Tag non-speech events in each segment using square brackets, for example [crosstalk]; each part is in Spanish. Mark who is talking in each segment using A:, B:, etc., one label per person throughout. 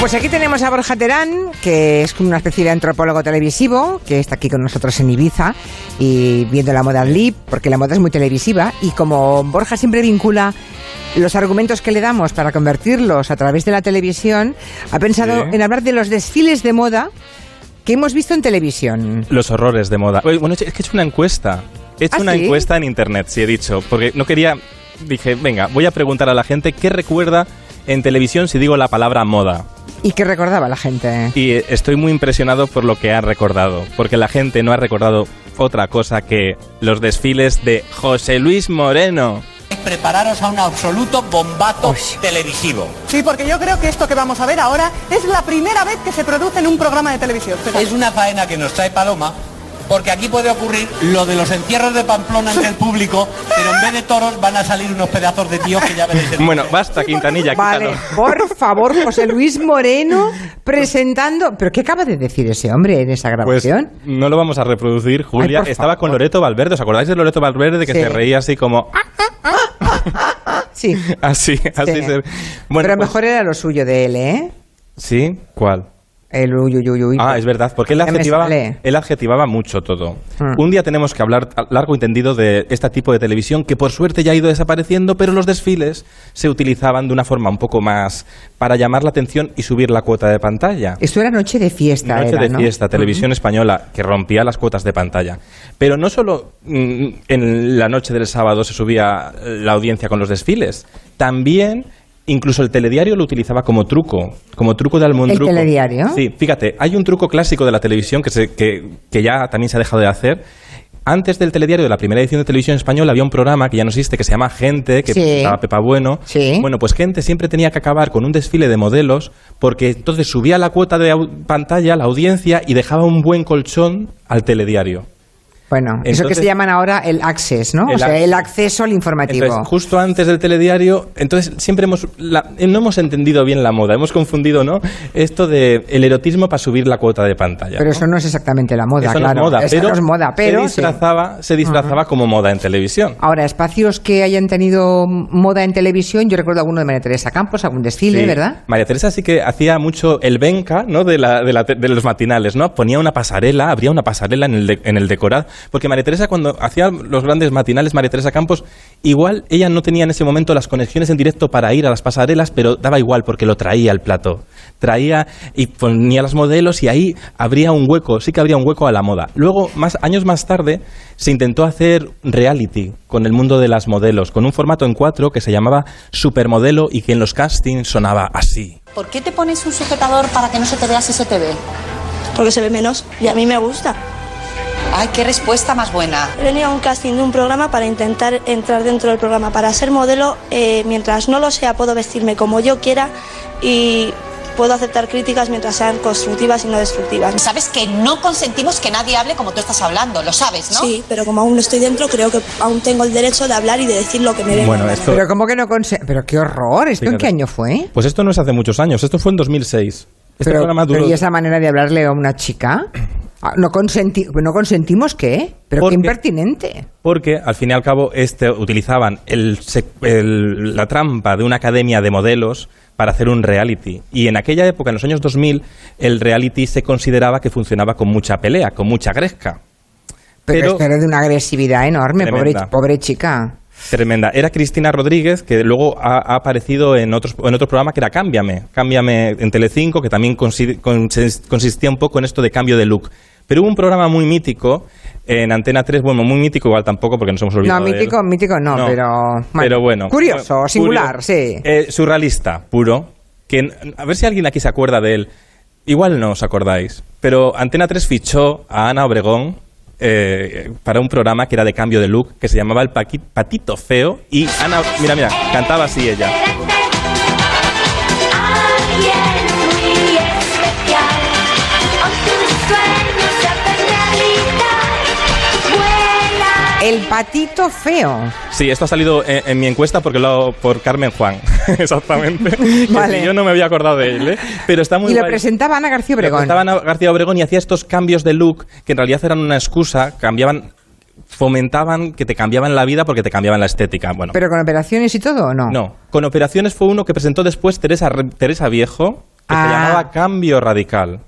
A: Pues aquí tenemos a Borja Terán, que es una especie de antropólogo televisivo, que está aquí con nosotros en Ibiza y viendo la moda en LIB, porque la moda es muy televisiva. Y como Borja siempre vincula los argumentos que le damos para convertirlos a través de la televisión, ha pensado en hablar de los desfiles de moda que hemos visto en televisión.
B: Los horrores de moda. Oye, Bueno, es que he hecho una encuesta. He hecho
A: ¿Ah,
B: una
A: sí?
B: encuesta en internet, sí he dicho, porque no quería. Dije, venga, voy a preguntar a la gente qué recuerda en televisión si digo la palabra moda.
A: ¿Y que recordaba la gente?
B: Y eh, estoy muy impresionado por lo que han recordado, porque la gente no ha recordado otra cosa que los desfiles de José Luis Moreno.
C: prepararos a un absoluto bombato televisivo.
D: Sí, porque yo creo que esto que vamos a ver ahora es la primera vez que se produce en un programa de televisión.
C: Es una faena que nos trae Paloma, porque aquí puede ocurrir lo de los entierros de Pamplona ante el público, pero en vez de toros van a salir unos pedazos de tíos que ya
B: [laughs]
C: veréis. en-
B: Bueno, basta, Quintanilla,
A: Vale,
B: quítalo.
A: por favor, José Luis Moreno presentando. ¿Pero qué acaba de decir ese hombre en esa
B: Pues
A: grabación?
B: no lo vamos a reproducir, Julia.
A: por
B: Estaba con Loreto Valverde. ¿Os acordáis de Loreto Valverde que
A: Sí.
B: se reía así como [laughs]
A: sí.
B: así, así
A: Sí.
B: se...
A: Pero a lo
B: pues-
A: mejor era lo suyo de él, ¿eh?
B: Sí, ¿cuál?
A: El uy, uy, uy, uy.
B: Ah, es verdad, porque él
A: Ya me
B: adjetivaba,
A: sale.
B: él adjetivaba mucho todo.
A: Mm.
B: Un día tenemos que hablar a- largo y tendido de este tipo de televisión que por suerte ya ha ido desapareciendo, pero los desfiles se utilizaban de una forma un poco más para llamar la atención y subir la cuota de pantalla.
A: Esto era noche de fiesta,
B: Noche
A: era,
B: de
A: ¿no?
B: fiesta, televisión española, que rompía las cuotas de pantalla. Pero no solo mm, en la noche del sábado se subía la audiencia con los desfiles, también incluso el telediario lo utilizaba como truco, como truco de almondruco.
A: ¿El telediario?
B: Sí, fíjate, hay un truco clásico de la televisión que, se- que- que ya también se ha dejado de hacer. Antes del telediario de la primera edición de televisión española había un programa que ya no existe que se llama Gente, que
A: Sí.
B: presentaba Pepa Bueno.
A: Sí.
B: Bueno, pues gente siempre tenía que acabar con un desfile de modelos porque entonces subía la cuota de au- pantalla, la audiencia, y dejaba un buen colchón al telediario.
A: Mm. Bueno, eso que
B: Entonces-
A: se llaman ahora el access, ¿no? o
B: El
A: sea,
B: ac-
A: el acceso al informativo.
B: Entonces, justo antes del telediario, entonces siempre hemos la- eh, no hemos entendido bien la moda, hemos confundido, ¿no? Esto de el erotismo para subir la cuota de pantalla.
A: pero
B: ¿no?
A: eso no es exactamente la moda,
B: Eso no
A: claro.
B: es moda,
A: Eso
B: pero,
A: no es moda, pero
B: se
A: sí.
B: disfrazaba, se disfrazaba como moda en televisión.
A: Ahora, espacios que hayan tenido moda en televisión, yo recuerdo alguno de María Teresa Campos, algún desfile,
B: Sí.
A: ¿verdad?
B: María Teresa sí que hacía mucho el venca, ¿no? De, la- de la te- de los matinales, ¿no? Ponía una pasarela, habría una pasarela en el, de- en el decorado. Porque María Teresa, cuando hacía los grandes matinales, María Teresa Campos, igual ella no tenía en ese momento las conexiones en directo para ir a las pasarelas, pero daba igual porque lo traía el plato. Traía y ponía las modelos y ahí habría un hueco, sí que habría un hueco a la moda. Luego, más, años más tarde, se intentó hacer reality con el mundo de las modelos, con un formato en cuatro que se llamaba Supermodelo y que en los castings sonaba así.
E: ¿Por qué te pones un sujetador para que no se te vea si se te ve?
F: porque se ve menos y a mí me gusta.
E: Ay, qué respuesta más buena.
F: He venido a un casting de un programa para intentar entrar dentro del programa. Para ser modelo, eh, mientras no lo sea, puedo vestirme como yo quiera y puedo aceptar críticas mientras sean constructivas y no destructivas.
E: Sabes que no consentimos que nadie hable como tú estás hablando, lo sabes, ¿no?
F: Sí, pero como aún no estoy dentro, creo que aún tengo el derecho de hablar y de decir lo que me venga.
B: Bueno,
F: en la
B: esto-
A: Pero como que no conse- Pero qué horror, ¿esto en
B: Fíjate.
A: qué año fue?
B: Pues esto no es hace muchos años, esto fue en 2006. Este
A: pero,
B: programa
A: pero
B: duró-
A: ¿y esa manera de hablarle a una chica? Ah, ¿No, consenti- ¿No consentimos qué? Pero qué
B: Porque-
A: impertinente.
B: Porque, al fin y al cabo, este, utilizaban el sec- el- la trampa de una academia de modelos para hacer un reality. Y en aquella época, en los años 2000, el reality se consideraba que funcionaba con mucha pelea, con mucha gresca.
A: Pero,
B: Pero-
A: esto era de una agresividad enorme, pobre,
B: Tremenda.
A: pobre chica.
B: Tremenda. Era Cristina Rodríguez, que luego ha, ha aparecido en, otros, en otro programa que era Cámbiame. Cámbiame en Telecinco, que también consi- consis- consistía un poco en esto de cambio de look. Pero hubo un programa muy mítico en Antena 3, bueno, muy mítico igual tampoco, porque nos hemos olvidado
A: No,
B: de él.
A: mítico- mítico no, pero, bueno,
B: pero bueno.
A: curioso, singular, sí.
B: Eh, surrealista, puro. Que, n- a ver si alguien aquí se acuerda de él. Igual no os acordáis, pero Antena 3 fichó a Ana Obregón eh, para un programa que era de cambio de look, que se llamaba El Paqui- Patito Feo. Y Ana, mira, mira, cantaba así ella.
G: Alguien muy especial, o tus sueños a realidad, vuela.
A: El patito feo.
B: Sí, esto ha salido en, en mi encuesta porque lo hago por Carmen Juan, [laughs] exactamente. Que
A: [laughs] Vale.
B: Yo no me había acordado de él, ¿eh? pero está muy
A: y lo
B: guay.
A: presentaba Ana García Obregón.
B: Estaban a García Obregón y hacía estos cambios de look que en realidad eran una excusa, cambiaban, fomentaban que te cambiaban la vida porque te cambiaban la estética. Bueno,
A: Pero con operaciones y todo, ¿o no?
B: no. Con operaciones fue uno que presentó después Teresa, Re- Teresa Viejo, que
A: Ah.
B: se llamaba Cambio Radical.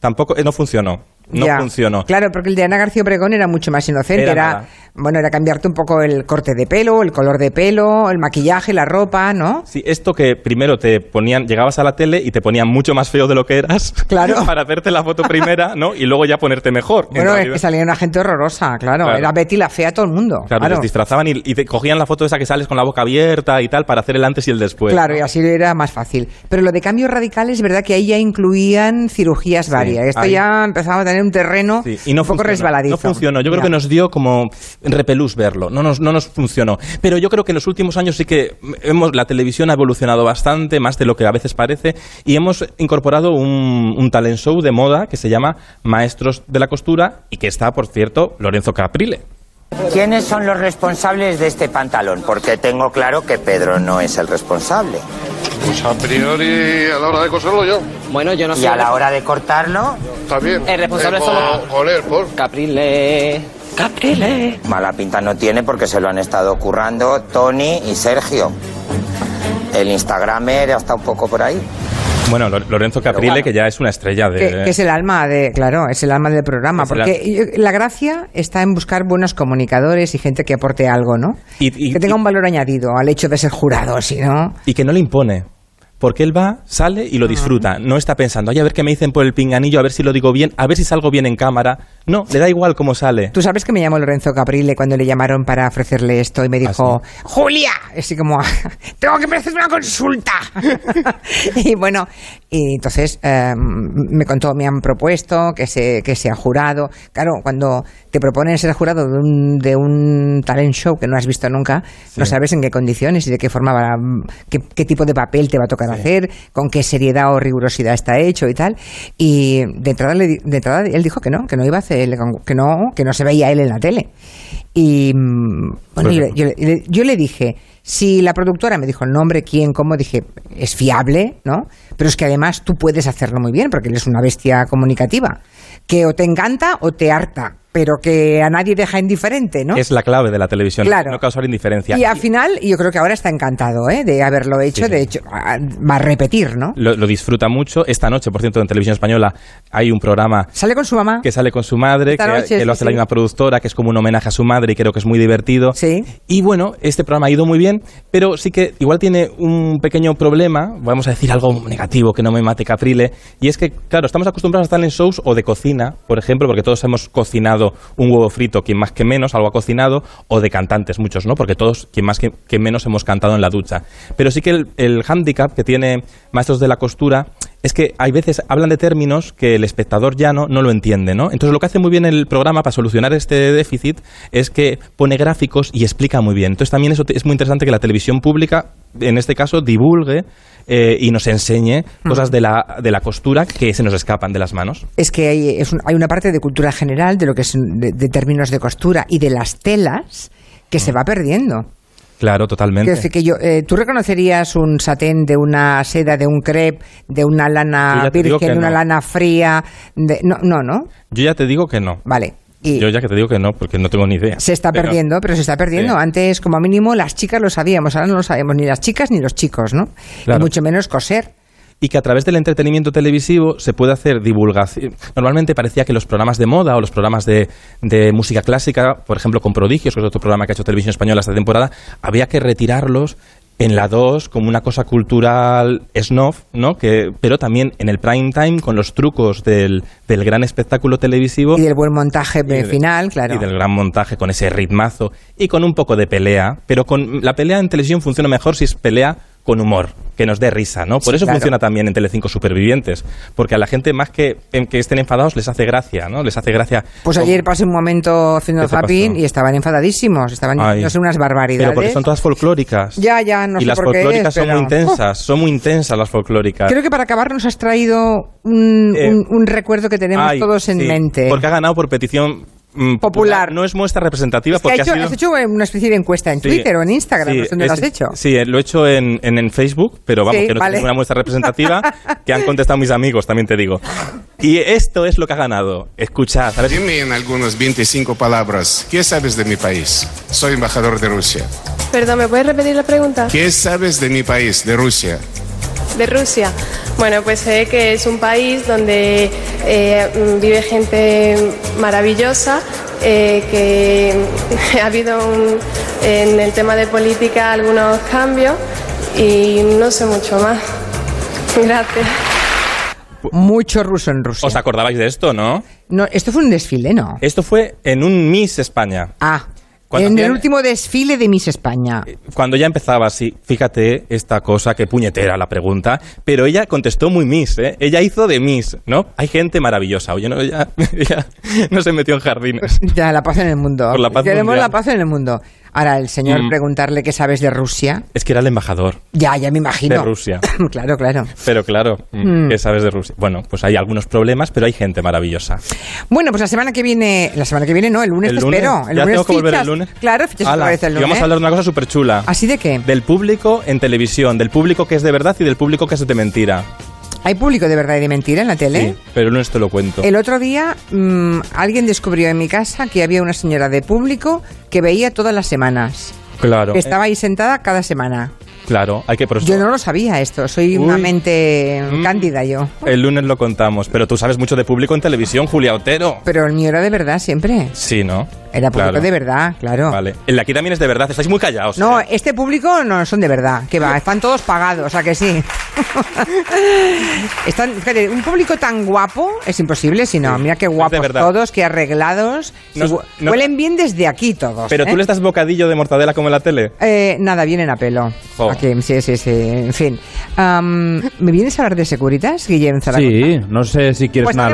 B: Tampoco, eh, no funcionó. No
A: Ya.
B: funcionó.
A: Claro, porque el de Ana García Obregón era mucho más inocente. Era,
B: Era nada.
A: bueno, era cambiarte un poco el corte de pelo, el color de pelo, el maquillaje, la ropa, ¿no?
B: Sí, esto que primero te ponían, llegabas a la tele y te ponían mucho más feo de lo que eras.
A: Claro.
B: [laughs] para verte la foto primera, ¿no? Y luego ya ponerte mejor. en
A: Bueno, es
B: realidad.
A: que salía una gente horrorosa, claro.
B: Claro.
A: Era Betty la fea a todo el mundo.
B: Claro,
A: claro.
B: les disfrazaban y, y te cogían la foto esa que sales con la boca abierta y tal para hacer el antes y el después.
A: Claro,
B: Pues
A: y
B: ¿no?
A: así era más fácil. Pero lo de cambios radicales, es verdad que ahí ya incluían cirugías varias. Esto
B: ahí.
A: ya empezaba a tener un terreno
B: Sí, y no
A: un poco
B: funcionó,
A: resbaladizo.
B: No funcionó. Yo
A: Ya.
B: creo que nos dio como repelús verlo. No nos, no nos funcionó. Pero yo creo que en los últimos años sí que hemos, la televisión ha evolucionado bastante, más de lo que a veces parece, y hemos incorporado un, un talent show de moda que se llama Maestros de la Costura y que está, por cierto, Lorenzo Caprile.
H: ¿Quiénes son los responsables de este pantalón? Porque tengo claro que Pedro no es el responsable.
I: Pues a priori, a la hora de coserlo yo,
J: Bueno, yo no
H: Y
J: soy
H: a la hora de cortarlo,
I: también.
J: El responsable
I: Eh,
J: somos-
I: co- Con él, por.
J: Caprile. Caprile.
H: mala pinta no tiene porque se lo han estado currando Tony y Sergio. El Instagramer ha estado un poco por ahí.
B: Bueno, Lo- Lorenzo Caprile,
H: bueno.
B: que ya es una estrella de.
A: Que, que es el alma de, claro, es el alma del programa,
B: Es el
A: porque yo- la gracia está en buscar buenos comunicadores y gente que aporte algo, ¿no?
B: Y- y-
A: que tenga
B: y-
A: un valor añadido al hecho de ser jurado, si no.
B: y que no le impone. Porque él va, sale y
A: Ah.
B: lo disfruta. No está pensando, oye, a ver qué me dicen por el pinganillo, a ver si lo digo bien, a ver si salgo bien en cámara. No, le da igual cómo sale.
A: Tú sabes que me llamó Lorenzo Caprile cuando le llamaron para ofrecerle esto y me
B: ¿Ah,
A: dijo, Julia, así como, [laughs] tengo que hacer una consulta. y bueno, y entonces eh, me contó, me han propuesto que, se, que sea jurado. Claro, cuando te proponen ser jurado de un, de un talent show que no has visto nunca, no sabes en qué condiciones y de qué forma, va- qué, qué tipo de papel te va a tocar hacer, con qué seriedad o rigurosidad está hecho y tal. Y de entrada, le di- de entrada él dijo que no, que no iba a hacer, el con- que no, que no se veía él en la tele. Y mm, bueno, yo, le- yo le- yo le dije, si la productora me dijo el nombre, quién, cómo, dije, es fiable, ¿no? Pero es que además tú puedes hacerlo muy bien porque eres una bestia comunicativa, que o te encanta o te harta, pero que a nadie deja indiferente, ¿no?
B: Es la clave de la televisión,
A: Claro.
B: no causar indiferencia.
A: Y al final, yo creo que ahora está encantado ¿eh? de haberlo hecho,
B: Sí,
A: de
B: sí.
A: hecho, a- va a repetir, ¿no?
B: Lo, lo disfruta mucho. Esta noche, por cierto, en Televisión Española hay un programa
A: Sale con su mamá.
B: que sale con su madre, que,
A: Esta noche,
B: que lo
A: sí,
B: hace la
A: sí.
B: misma productora, que es como un homenaje a su madre y creo que es muy divertido.
A: Sí.
B: Y bueno, este programa ha ido muy bien, pero sí que igual tiene un pequeño problema, vamos a decir algo negativo que no me mate Caprile, y es que, claro, estamos acostumbrados a estar en shows o de cocina, por ejemplo, porque todos hemos cocinado un huevo frito, quien más que menos, algo ha cocinado, o de cantantes, muchos, ¿no? Porque todos, quien más que, que menos, hemos cantado en la ducha. Pero sí que el, el hándicap que tiene Maestros de la Costura es que hay veces hablan de términos que el espectador llano no lo entiende, ¿no? Entonces lo que hace muy bien el programa para solucionar este déficit es que pone gráficos y explica muy bien. Entonces también eso te- es muy interesante que la televisión pública, en este caso, divulgue eh, y nos enseñe
A: Mm.
B: cosas de la, de la costura que se nos escapan de las manos.
A: Es que hay, es un- hay una parte de cultura general, de lo que es de, de términos de costura y de las telas, que
B: Mm.
A: se va perdiendo.
B: Claro, totalmente.
A: Quiero decir que yo, eh, ¿tú reconocerías un satén de una seda, de un crepe, de una
B: Yo
A: lana
B: ya te digo
A: virgen,
B: que
A: de una
B: no.
A: lana fría? de- no, no, no.
B: Yo ya te digo que no.
A: Vale. Y
B: Yo ya que te digo que no, porque no tengo ni idea.
A: se está
B: Pero-
A: perdiendo, pero se está perdiendo.
B: Sí.
A: Antes, como mínimo, las chicas lo sabíamos, ahora no lo sabemos ni las chicas ni los chicos, ¿no?
B: Claro.
A: Y mucho menos coser.
B: y que a través del entretenimiento televisivo se puede hacer divulgación. Normalmente parecía que los programas de moda o los programas de, de música clásica, por ejemplo con Prodigios, que es otro programa que ha hecho Televisión Española esta temporada, había que retirarlos en la 2 como una cosa cultural snob, ¿no? Que, pero también en el prime time con los trucos del, del gran espectáculo televisivo
A: Y del buen montaje eh,
B: de-
A: final, claro.
B: Y del gran montaje con ese ritmazo y con un poco de pelea. Pero con la pelea en televisión funciona mejor si es pelea con humor, que nos dé risa, ¿no? Por
A: Sí,
B: eso
A: claro.
B: funciona también en Telecinco Supervivientes, porque a la gente más que, en que estén enfadados les hace gracia, ¿no? Les hace gracia.
A: Pues
B: Como-
A: ayer pasé un momento haciendo
B: ¿Qué te
A: zapping
B: pasó?
A: y estaban enfadadísimos, estaban
B: Ay.
A: no sé unas barbaridades.
B: Pero porque son todas folclóricas.
A: Ya, ya, no
B: y
A: sé
B: las
A: por qué es,
B: folclóricas son
A: pero- ¡oh!
B: muy intensas, son muy intensas las folclóricas.
A: Creo que para acabar nos has traído un,
B: Eh,
A: un- un recuerdo que tenemos
B: Ay,
A: todos en
B: sí,
A: mente.
B: Porque ha ganado por petición mm,
A: Popular.
B: No es muestra representativa
A: Es que ha
B: porque
A: hecho-
B: ha sido...
A: has hecho una especie de encuesta en
B: Sí.
A: Twitter o en Instagram,
B: Sí,
A: no sé dónde lo
B: es-
A: has hecho.
B: Sí, eh, lo he hecho en, en, en Facebook, pero vamos,
A: Sí,
B: que no
A: vale.
B: es una muestra
A: [laughs]
B: representativa, que han contestado mis amigos, también te digo. Y esto es lo que ha ganado. Escuchad, a ver,
I: Dime en algunas 25 palabras, ¿qué sabes de mi país? Soy embajador de Rusia.
J: Perdón, ¿me puedes repetir la pregunta?
I: ¿Qué sabes de mi país, de Rusia?
K: de Rusia? Bueno, pues sé que es un país donde eh, mm, vive gente maravillosa, eh, que ha habido un- en el tema de política algunos cambios y no sé mucho más. [laughs] Gracias.
A: Mucho ruso en Rusia.
B: ¿Os acordabais de esto, no?
A: No, esto fue un desfile, ¿no?
B: Esto fue en un Miss España.
A: Ah,
B: eh, Cuando Eh,
A: en el
B: hacían-
A: último desfile de Miss España.
B: Cuando ya empezaba así, fíjate esta cosa, qué puñetera la pregunta, pero ella contestó muy Miss, ¿eh? Ella hizo de Miss, ¿no? Hay gente maravillosa, oye, no, [laughs] ella, ella no se metió en jardines.
A: Ya, la paz en el mundo.
B: Por la paz
A: Queremos
B: mundial.
A: la paz en el mundo. Ahora, el señor
B: Mm.
A: preguntarle qué sabes de Rusia.
B: Es que era el embajador
A: Ya, ya me imagino.
B: de Rusia.
A: [laughs] claro, claro.
B: Pero claro,
A: Mm.
B: ¿qué sabes de Rusia? Bueno, pues hay algunos problemas, pero hay gente maravillosa.
A: Bueno, pues la semana que viene, la semana que viene no, el lunes
B: ¿El
A: te
B: lunes?
A: espero. El
B: ¿Ya
A: lunes
B: tengo que volver el
A: fichas.
B: lunes?
A: Claro, fichas otra
B: Ala,
A: vez el
B: y
A: lunes. Ah,
B: vamos a hablar de una cosa súper chula.
A: ¿Así de qué?
B: Del público en televisión, del público que es de verdad y del público que es de mentira.
A: ¿Hay público de verdad y de mentira en la tele?
B: Sí, pero el lunes te lo cuento.
A: El otro día mm, alguien descubrió en mi casa que había una señora de público que veía todas las semanas.
B: Claro.
A: Que estaba ahí sentada cada semana.
B: Claro, hay que... pero
A: Yo no lo sabía esto, soy una mente
B: Mm.
A: cándida yo.
B: El lunes lo contamos, pero tú sabes mucho de público en televisión, Julia Otero.
A: Pero el mío era de verdad siempre.
B: Sí, ¿no?
A: Era público
B: Claro.
A: de verdad, claro.
B: Vale. El de aquí también es de verdad, estáis muy callados. ¿eh?
A: No, este público no son de verdad, que va, están todos pagados, ¿a que sí? [laughs] están, fíjate, un público tan guapo es imposible, si no, mira qué guapos
B: verdad.
A: todos, qué arreglados, si
B: No es-
A: hu-
B: no-
A: huelen bien desde aquí todos.
B: Pero
A: ¿eh?
B: tú le das bocadillo de mortadela como en la tele.
A: Eh, nada, vienen a pelo.
B: Jo.
A: Aquí, sí, sí, sí, en fin. Am, ¿Me vienes a hablar de Securitas, Guillem Zaragoza?
L: Sí, no sé si quieres
A: Pues
L: nada